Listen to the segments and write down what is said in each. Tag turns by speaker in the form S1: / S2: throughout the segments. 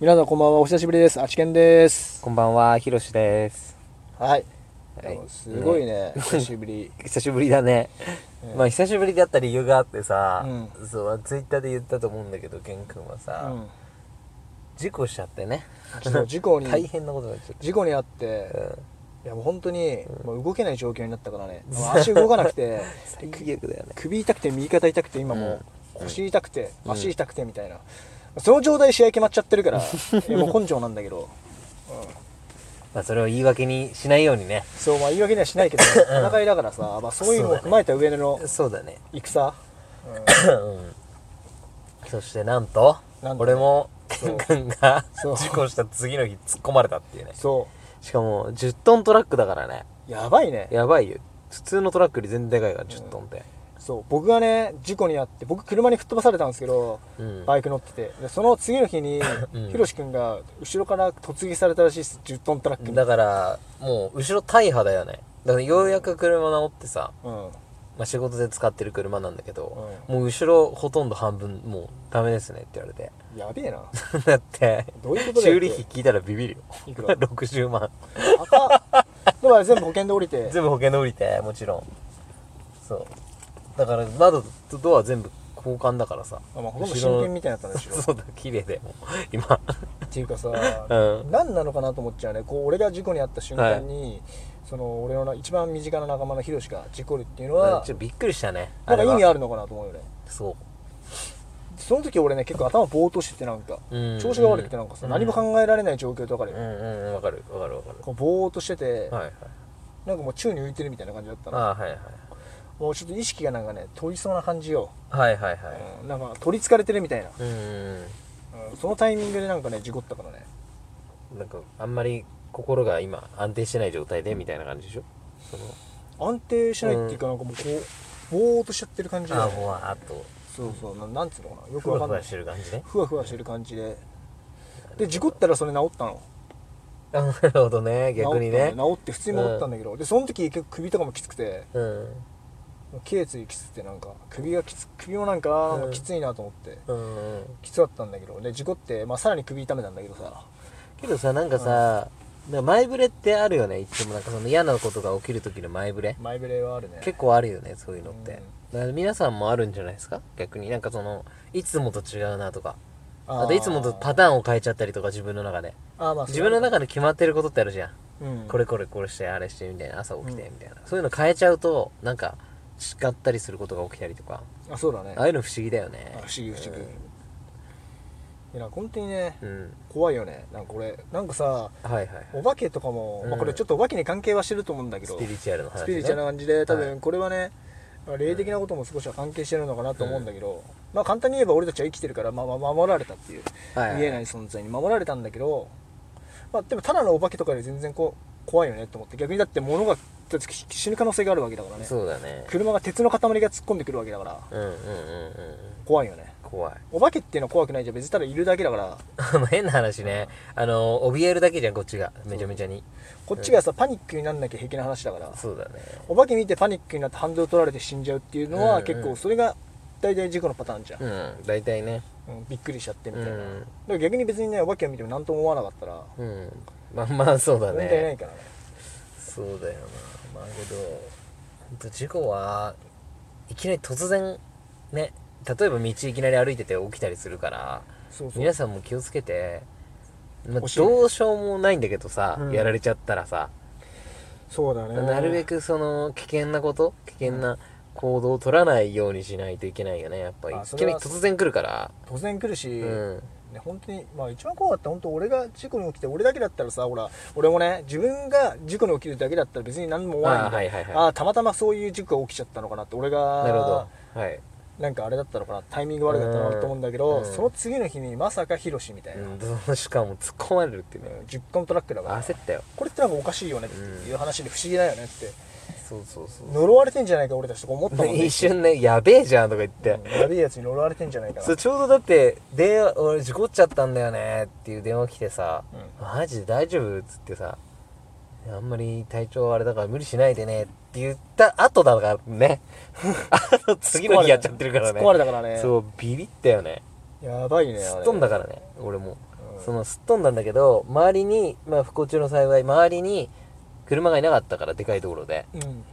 S1: 皆さんこんばんは、お久しぶりです。あちけんです。
S2: こんばんは、ひろしです。
S1: はい。
S2: はい
S1: すごいね、久しぶり。
S2: 久しぶりだね。
S1: ね
S2: まあ、久しぶりだった理由があってさ、
S1: う
S2: そう、ツイッターで言ったと思うんだけど、ケン君は
S1: う
S2: さ、
S1: ん。
S2: 事故しちゃってね。
S1: そう事故に
S2: 大変なことになっちゃって。
S1: 事故にあって、いやもう本当に、もう動けない状況になったから ね、もう足動かなくて、
S2: 最悪だよね。
S1: 首痛くて、右肩痛くて、今もう
S2: うん
S1: 腰痛くて、
S2: うん
S1: 足痛くてみたいな。その状態で試合決まっちゃって るから、いやもう根性なんだけど、
S2: まあ、それを言い訳にしないようにね。
S1: そう、まあ言い訳にはしないけど、戦いだからさ、まあそういうのを踏まえた上での
S2: そうだね。
S1: 戦、
S2: うんそして、なんと、
S1: なんとね
S2: 俺も、ケ
S1: そう
S2: ン君が
S1: そう
S2: 事故した次の日突っ込まれたっていうね。
S1: そ
S2: しかも、10トントラックだからね。
S1: う、やばいね。
S2: やばいよ。普通のトラックより全然でかいから、10トンって。
S1: そう僕がね事故に遭って僕車に吹っ飛ばされたんですけど、
S2: うん
S1: バイク乗っててでその次の日に、
S2: うん
S1: ひろし君が後ろから突撃されたらしいです10トントラックに
S2: だからもう後ろ大破だよねだからようやく車直ってさ、
S1: うんうん
S2: まあ、仕事で使ってる車なんだけど、もう後ろほとんど半分もうダメですねって言われて
S1: やべえな
S2: だって
S1: どういうことだよ
S2: 修理費聞いたらビビるよ
S1: い くら
S2: 60万
S1: 高っだから全部保険で降りて
S2: 全部保険で降りてもちろんそうだから窓とドア全部交換だからさ
S1: あ、まあ、ほとんど新品みたいになったんでしょ
S2: そうだ綺麗でもう今
S1: っていうかさ、
S2: うん
S1: 何なのかなと思っちゃうねこう俺が事故に遭った瞬間に、その俺のな一番身近な仲間のひろしが事故るっていうの
S2: ちょ
S1: は
S2: っ、とびっくりしたね
S1: なんか意味
S2: は
S1: あるのかなと思うよね
S2: そ
S1: その時俺ね結構頭ぼーっとしててなんか、
S2: う、うん
S1: 調子が悪くてなんかさ、
S2: う
S1: 何も考えられない状況とかで、
S2: うんうんうんわかるわかるわかる
S1: こうぼーっとしてて、
S2: はいはい
S1: なんかもう宙に浮いてるみたいな感じだったな
S2: ああはいはい
S1: もうちょっと意識がなんかね飛びそうな感じよ、
S2: はいはいは
S1: うんなんか取りつかれてるみたいな、
S2: いうん
S1: うんそのタイミングでなんかね事故ったからね
S2: なんかあんまり心が今安定してない状態でみたいな感じでしょその
S1: 安定しないっていうかなんかもうこうぼーっとしちゃってる感じだよ
S2: ああ
S1: ね
S2: もうあと
S1: そうそうななんつうのかなよく
S2: ふ
S1: わ
S2: わ
S1: かん
S2: ふ
S1: ない
S2: わしてる感じね
S1: ふわふわしてる感じでで事故ったらそれ治ったの
S2: あなるほどね逆に
S1: 治った
S2: ね
S1: の治って普通に戻ったんだけど、でその時結構首とかもきつくて
S2: うん
S1: もう頸椎きつくてなんか首がきつ首もなんか、
S2: うん
S1: もうきついなと思って
S2: うんうん
S1: きつかったんだけどで事故って、まあ、さらに首痛めたんだけどさ
S2: けどさなんかさ、なんか前触れってあるよねいつもなんかその嫌なことが起きる時の前触れ
S1: 前触れはあるね
S2: 結構あるよねそういうのって、だから皆さんもあるんじゃないですか逆になんかそのいつもと違うなとかあといつもとパターンを変えちゃったりとか自分の中で
S1: あー、まあ、
S2: 自分の中で決まってることってあるじゃん
S1: それはある、うん、
S2: これこれこれしてあれしてみたいな朝起きてみたいな、そういうの変えちゃうとなんか違ったりすることが起きたりとか
S1: あそうだね
S2: ああいうの不思議だよね
S1: あ不思議不思議、いやなんか本当にね、
S2: うん
S1: 怖いよねなんか俺なんかさ
S2: はいはい
S1: お化けとかも、
S2: うん
S1: まあ、これちょっとお化けに関係はしてると思うんだけど
S2: スピリチュアルの話、ね、
S1: スピリチュアルな感じで多
S2: は
S1: 分これはね、霊的なことも少しは関係してるのかなと思うんだけど、まあ簡単に言えば俺たちは生きてるから、まあ、まあ守られたっていう、
S2: はいはい
S1: 見えない存在に守られたんだけど、まあ、でもただのお化けとかより全然こう怖いよねと思って逆にだって物がだって死ぬ可能性があるわけだからね
S2: そうだね
S1: 車が鉄の塊が突っ込んでくるわけだから
S2: うんうんうんうん
S1: 怖いよね
S2: 怖い
S1: お化けっていうのは怖くないじゃん別にただいるだけだから
S2: まあ変な話ねあの怯えるだけじゃんこっちがめちゃめちゃに
S1: こっちがさ、パニックになんなきゃ平気な話だから
S2: そうだね
S1: お化け見てパニックになって反動取られて死んじゃうっていうのは、
S2: うんうん
S1: 結構それが大体事故のパターンじゃん
S2: うん大体ね
S1: うん、びっくりしちゃってみたいな、
S2: うん
S1: だから逆に別にねお化けを見ても何とも思わなかったら
S2: うんまあまあそうだ
S1: 問
S2: ね
S1: 題ないからね
S2: そうだよなまあけどほんと事故はいきなり突然ね例えば道いきなり歩いてて起きたりするから
S1: そうそう
S2: 皆さんも気をつけて、まあ
S1: 惜しいね
S2: どうしようもないんだけどさ、
S1: うん
S2: やられちゃったらさ、
S1: そうだね
S2: なるべくその危険なこと危険な行動を取らないようにしないといけないよねやっぱり
S1: あ
S2: い
S1: そ
S2: き
S1: れ
S2: な
S1: は
S2: り突然来るから、
S1: 突然来るし、
S2: うん
S1: ね、本当にまあ一番怖かった本当俺が事故に起きて俺だけだったらさほら俺もね自分が事故に起きるだけだったら別に何も思わないんで
S2: あはいはいはい
S1: あたまたまそういう事故が起きちゃったのかなって俺が
S2: なるほどはい、
S1: なんかあれだったのかなタイミング悪かったのかなと思うんだけど、
S2: うん
S1: その次の日にまさかヒロシみたいな、
S2: うん、どうしかも突っ込まれるっていうね
S1: うん10トントラックだから
S2: 焦ったよ
S1: これってなんかおかしいよねっていう話で不思議だよねって
S2: そうそうそう
S1: 呪われてんじゃないか俺たちとか思ったもんね
S2: 一瞬ねやべえじゃんとか言って、
S1: やべえやつに呪われてんじゃないかな
S2: そうちょうどだって電話俺事故っちゃったんだよねっていう電話来てさ「マジで大丈夫?」っつってさ「あんまり体調あれだから無理しないでね」って言った後だからねあの次の日やっちゃってるからね
S1: 突っ込まれたからね
S2: そうビビったよね
S1: やばいねあれ
S2: すっ飛んだからね俺も、
S1: ううん
S2: そのすっ飛んだんだけど周りに、まあ、不幸中の幸い周りに車がいなかったからでかいところで
S1: うん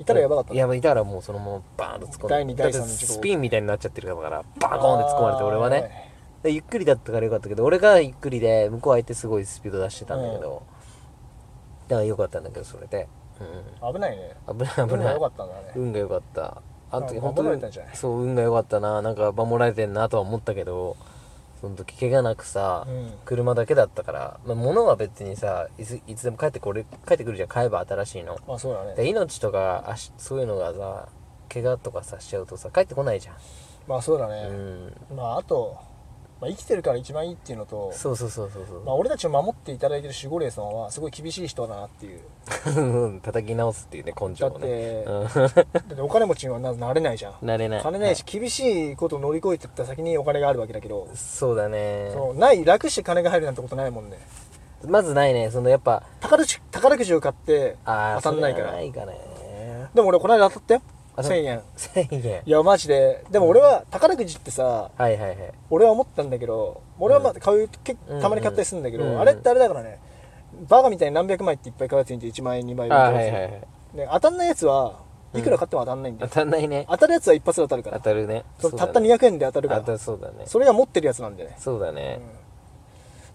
S1: いたらやばかった
S2: いやばいたらもうそのままバーンと突っ込んで
S1: 第二第三
S2: だって
S1: の事故
S2: スピンみたいになっちゃってるからバコーンって突っ込まれて俺はね
S1: ね
S2: でゆっくりだったからよかったけど俺がゆっくりで向こう相手すごいスピード出してたんだけど、だからよかったんだけどそれで、
S1: 危ないね
S2: うん、危ない危
S1: 運
S2: な
S1: が
S2: い
S1: 良かったんだね
S2: 運が良かったあの時
S1: あ
S2: 本当
S1: 守られ
S2: に
S1: たんじゃない
S2: そう運が良かったななんか守られてんなとは思ったけどその時怪我なくさ、
S1: うん
S2: 車だけだったから、まあ、物は別にさいついつでも帰ってこれ帰ってくるじゃん買えば新しいの
S1: まあそうだね
S2: で命とか足そういうのがさ怪我とかさしちゃうとさ帰ってこないじゃ
S1: まあそうだ
S2: ん、う
S1: ね
S2: ん、
S1: まああとまあ生きてるから一番いいっていうのと
S2: そうそうそうそうそう
S1: まあ俺たちを守っていただいてる守護霊さんはすごい厳しい人だなっていう
S2: うん叩き直すっていうね根性
S1: だ
S2: を
S1: っ
S2: ね
S1: てだ
S2: うん
S1: ってお金持ちにはななれないじゃん
S2: なれない
S1: 金ないし厳しいことを乗り越えてった先にお金があるわけだけど
S2: そうだね
S1: そうない楽して金が入るなんてことないもんね
S2: まずないねそのやっぱ
S1: 宝くじ宝くじを買って
S2: ああ
S1: 当たんないから
S2: ないからね
S1: でも俺この間当たったよ
S2: 当たった
S1: 1000円
S2: 1000円
S1: いやマジででも俺は宝くじってさ
S2: はいはいはい
S1: 俺は思ったんだけど俺はまあ
S2: うん
S1: 買うけ
S2: うんうん
S1: たまに買ったりするんだけど、
S2: うんうん
S1: あれってあれだからねバカみたいに何百枚っていっぱい買うやつに1万円2万円
S2: あーはいはい
S1: ね
S2: はい
S1: 当たんないやつはいくら買っても当たんないんだ
S2: 当
S1: よ、
S2: たんないね
S1: 当たるやつは一発で当たるか
S2: 当
S1: ら
S2: たるね
S1: そ
S2: そうう
S1: た
S2: だ
S1: った
S2: ね
S1: 200円で当たるか
S2: 当た
S1: ら
S2: るそうだね
S1: それが持ってるやつなんでね
S2: そうだね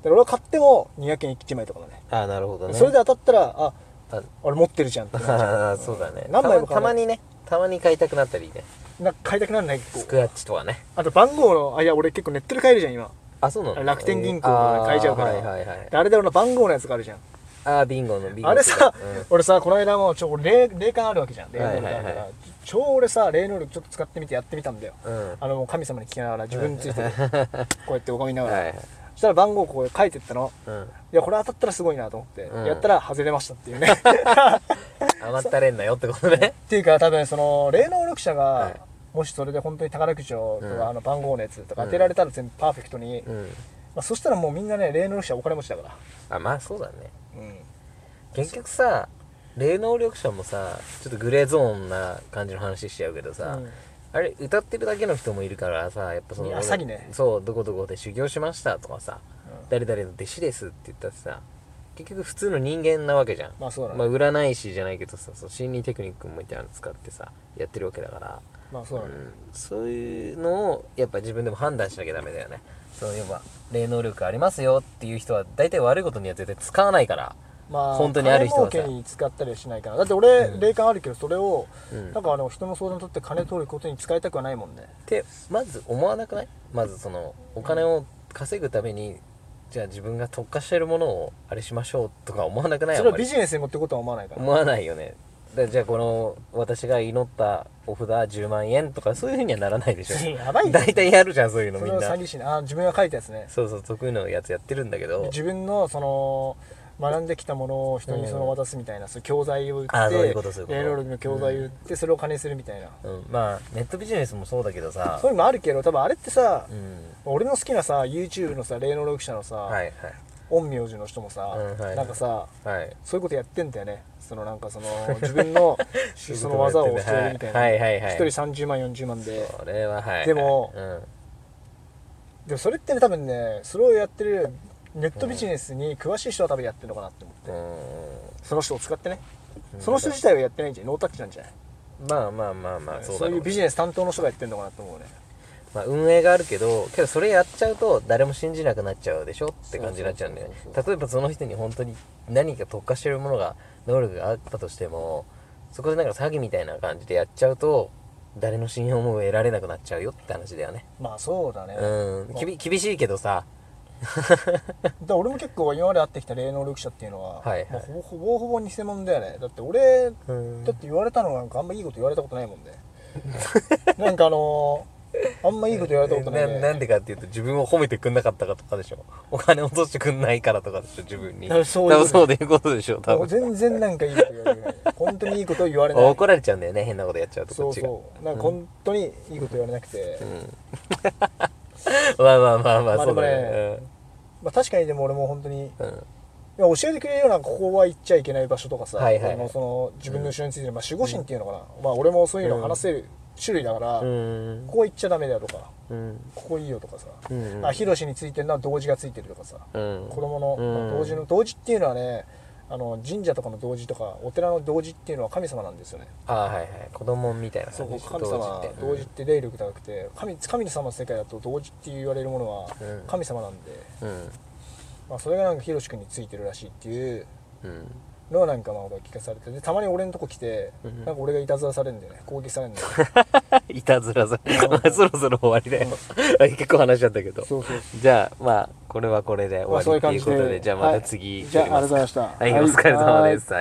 S1: だから俺は買っても200円1枚とかだね
S2: ああなるほどね
S1: それで当たったらあ
S2: あ
S1: 俺持ってるじゃんってなっちゃ
S2: あーそうだね
S1: 何枚も
S2: た
S1: 買
S2: ま
S1: う
S2: たまにねたまに買いたくなったりね
S1: なんか買いたくならない
S2: ス
S1: 結構
S2: クラッチとかね
S1: あと番号のあいや俺結構ネットで買えるじゃん今
S2: あそうなの
S1: 楽天銀行とか買えちゃうから
S2: あーはいはいはい
S1: であれで俺の番号のやつがあるじゃん
S2: ああビンゴのビンゴ
S1: あれさ、
S2: うん
S1: 俺さこの間もちょ俺霊霊感あるわけじゃん霊能力あるから、
S2: はいはいはい
S1: ちょ俺さ霊能力ちょっと使ってみてやってみたんだよ
S2: うん
S1: あの神様に聞きながら自分につ いてるこうやって拝みながら、
S2: はいはい
S1: そしたら番号こう書いてったの
S2: うん
S1: いやこれ当たったらすごいなと思って、
S2: うん
S1: やったら外れましたって いうね
S2: 余ったれんなよってことね
S1: っていうか多分その霊能力者が、
S2: はい
S1: もしそれで本当に宝くじをとか、
S2: うん
S1: あの番号のやつとか当てられたら全部パーフェクトに、ま
S2: うん
S1: あ、そしたらもうみんなね霊能力者はお金持ちだから
S2: あまあそうだね
S1: うん
S2: 結局さ霊能力者もさちょっとグレーゾーンな感じの話しちゃうけどさ、
S1: うん
S2: あれ歌ってるだけの人もいるからさやっぱその
S1: いや詐欺ね
S2: そうどこどこで修行しましたとかさ、
S1: うん
S2: 誰々の弟子ですって言ったってさ結局普通の人間なわけじゃん
S1: まあそうだね
S2: まあ、占い師じゃないけどさそう心理テクニックみたいなの使ってさやってるわけだから
S1: まあそうだね、
S2: ん、そういうのをやっぱ自分でも判断しなきゃダメだよねそういえば霊能力ありますよっていう人は大体悪いことには絶対使わないから
S1: まあ、
S2: 本当にある人はさ
S1: 金儲けに使ったりはしないからだって俺、
S2: うん
S1: 霊感あるけどそれを、
S2: うん
S1: なんかあの人の相談にとって金取ることに使いたくはないもんね
S2: ってまず思わなくないまずそのお金を稼ぐためにじゃあ自分が特化してるものをあれしましょうとか思わなくない
S1: それを
S2: あんま
S1: ビ
S2: り
S1: ジネスに持っていくことは思わないから
S2: 思わないよねだじゃあこの私が祈ったお札10万円とかそういうふうにはならないでしょ
S1: やばいよ
S2: 大体やるじゃんそういうの
S1: そ
S2: み
S1: れ
S2: ん
S1: を
S2: な
S1: 詐欺師ねあ自分が書いたやつね
S2: そうそう得意のやつやってるんだけど
S1: 自分のその学んできたものを人にその渡すみたいな、そういう教材を売
S2: あ
S1: っ
S2: ー
S1: て
S2: そういうことそういうこと
S1: 霊能力の教材を売って、それを金にするみたいな
S2: うん、まあネットビジネスもそうだけどさ
S1: そういうのもあるけど多分あれってさ、
S2: うん
S1: 俺の好きなさ YouTube のさ霊能力者のさ、
S2: はい
S1: 陰陽師の人もさ、
S2: うんはい
S1: なんかさ
S2: はいはい
S1: そういうことやってんだよね。そのなんかその自分 のその技を教えるみたいな。
S2: は
S1: 一、
S2: いはいはい
S1: 人30万40万で。
S2: それははい
S1: でも
S2: うん
S1: でもそれってね多分ね、それをやってるネットビジネスに詳しい人は多分やってるのかなって思って。
S2: うん
S1: その人を使ってね。
S2: うん
S1: その人自体はやってないんじゃないノータッチなんじゃない、
S2: まあまあまあまあそうだ
S1: そう
S2: ろ
S1: いううビジネス担当の人がやってるのかなって思うね。
S2: まあ、運営があるけどけどそれやっちゃうと誰も信じなくなっちゃうでしょって感じになっちゃうんだよね
S1: そうそうそう
S2: 例えばその人に本当に何か特化してるものが能力があったとしてもそこでなんか詐欺みたいな感じでやっちゃうと誰の信用も得られなくなっちゃうよって話だよね
S1: まあそうだね。
S2: うんきび厳しいけどさ
S1: だから俺も結構今まで会ってきた霊能力者っていうのは、
S2: はいはい
S1: まあほぼほぼほぼ偽物だよね。だって俺
S2: うん
S1: だって言われたのなんかあんまいいこと言われたことないもん ねなんかあのー、あんまいいこと言われたことない、
S2: な
S1: ね、
S2: なんでかっていうと自分を褒めてくんなかったかとかでしょお金落としてくんないからとかでしょ自分に
S1: だからそういうこと
S2: 多分そういうことでしょ多
S1: もう全
S2: 分
S1: 然なんかいいこと言われない本当にいいこと言われ ない
S2: 怒られちゃうんだよね変なことやっちゃうと
S1: そ
S2: こっ
S1: う
S2: ちが
S1: そうなんか本当にいいこと言われなくて、
S2: まあまあまあまあ
S1: まあ
S2: そうだ
S1: でも
S2: ね
S1: まあ、確かにでも俺も本当に
S2: うんうん
S1: いや教えてくれるようなここは行っちゃいけない場所とかさ、
S2: はいはい
S1: あのその自分の後ろについてる、まあ、守護神っていうのかな、まあ、俺もそういうの話せる種類だから、
S2: うん
S1: ここ行っちゃダメだよとか
S2: うん
S1: ここいいよとかさ、
S2: うん
S1: あヒロシについてるのは童子がついてるとかさ、
S2: うん
S1: 子供の、
S2: うん
S1: 同時の同時っていうのはねあの神社とかの同時とかお寺の同時っていうのは神様なんですよね
S2: あはいはい子供みたいな
S1: そ
S2: 感じ
S1: う神様同時って霊力高くて神神様の世界だと同時って言われるものは
S2: うん
S1: 神様なんで、
S2: うん
S1: まあ、それがなんかヒロシ君についてるらしいっていう
S2: うん
S1: のはなんかまあ俺は聞かされてでたまに俺のとこ来て、
S2: うん
S1: なんか俺がいたずらされるんだよね攻撃されるんだよね
S2: いたずらさそろそろ終わりだよ結構話しちゃったけど
S1: そうそう
S2: じゃあまあこれはこれで
S1: まあ
S2: 終
S1: そう
S2: わ
S1: いう感
S2: りっていう
S1: じ
S2: こ
S1: で
S2: とでじゃあまた次
S1: はいじゃあありがとうございま
S2: ま
S1: した
S2: はいお疲れ様です